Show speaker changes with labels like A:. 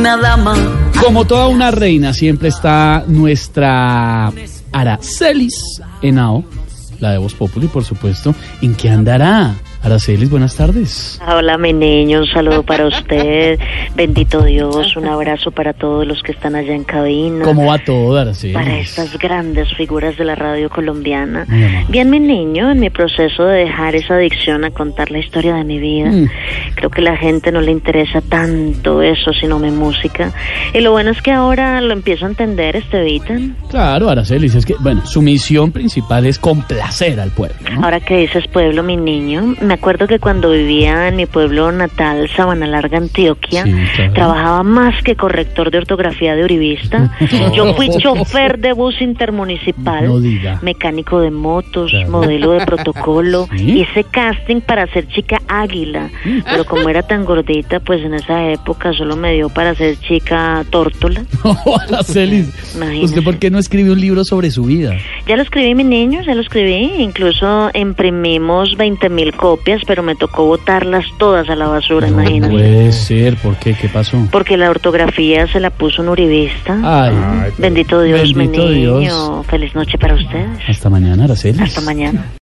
A: Una dama.
B: Como toda una reina, siempre está nuestra Aracelis Henao, la de Voz Populi, por supuesto. ¿En qué andará? Aracelis, buenas tardes.
C: Hola, mi niño, un saludo para usted. Bendito Dios, un abrazo para todos los que están allá en cabina.
B: ¿Cómo va todo, Aracelis?
C: Para estas grandes figuras de la radio colombiana.
B: Mi amor.
C: Bien, mi niño, en mi proceso de dejar esa adicción a contar la historia de mi vida.
B: Mm.
C: Creo que la gente no le interesa tanto eso, sino mi música. Y lo bueno es que ahora lo empiezo a entender, Estevitan.
B: Claro, Aracelis, es que, bueno, su misión principal es complacer al pueblo. ¿no?
C: Ahora que dices pueblo, mi niño, me acuerdo que cuando vivía en mi pueblo natal, Sabana Larga, Antioquia,
B: Sí, claro.
C: trabajaba más que corrector de ortografía de Uribista. Yo fui chofer de bus intermunicipal,
B: No diga.
C: mecánico de motos,
B: Claro.
C: modelo de protocolo.
B: Sí.
C: Hice casting para ser chica águila, pero como era tan gordita, pues en esa época solo me dio para ser chica tórtola.
B: Aracelis,
C: Imagínese.
B: ¿usted por qué no escribe un libro sobre su vida?
C: Ya lo escribí, mi niño, ya lo escribí. Incluso imprimimos 20.000 mil copias, pero me tocó botarlas todas a la basura,
B: No pues.
C: imagínate.
B: puede ser, ¿por qué? ¿Qué pasó?
C: Porque la ortografía se la puso un uribista.
B: Ay,
C: Bendito Dios,
B: Bendito
C: mi niño.
B: Dios.
C: Feliz noche para ustedes.
B: hasta mañana, Aracelis.
C: Hasta mañana.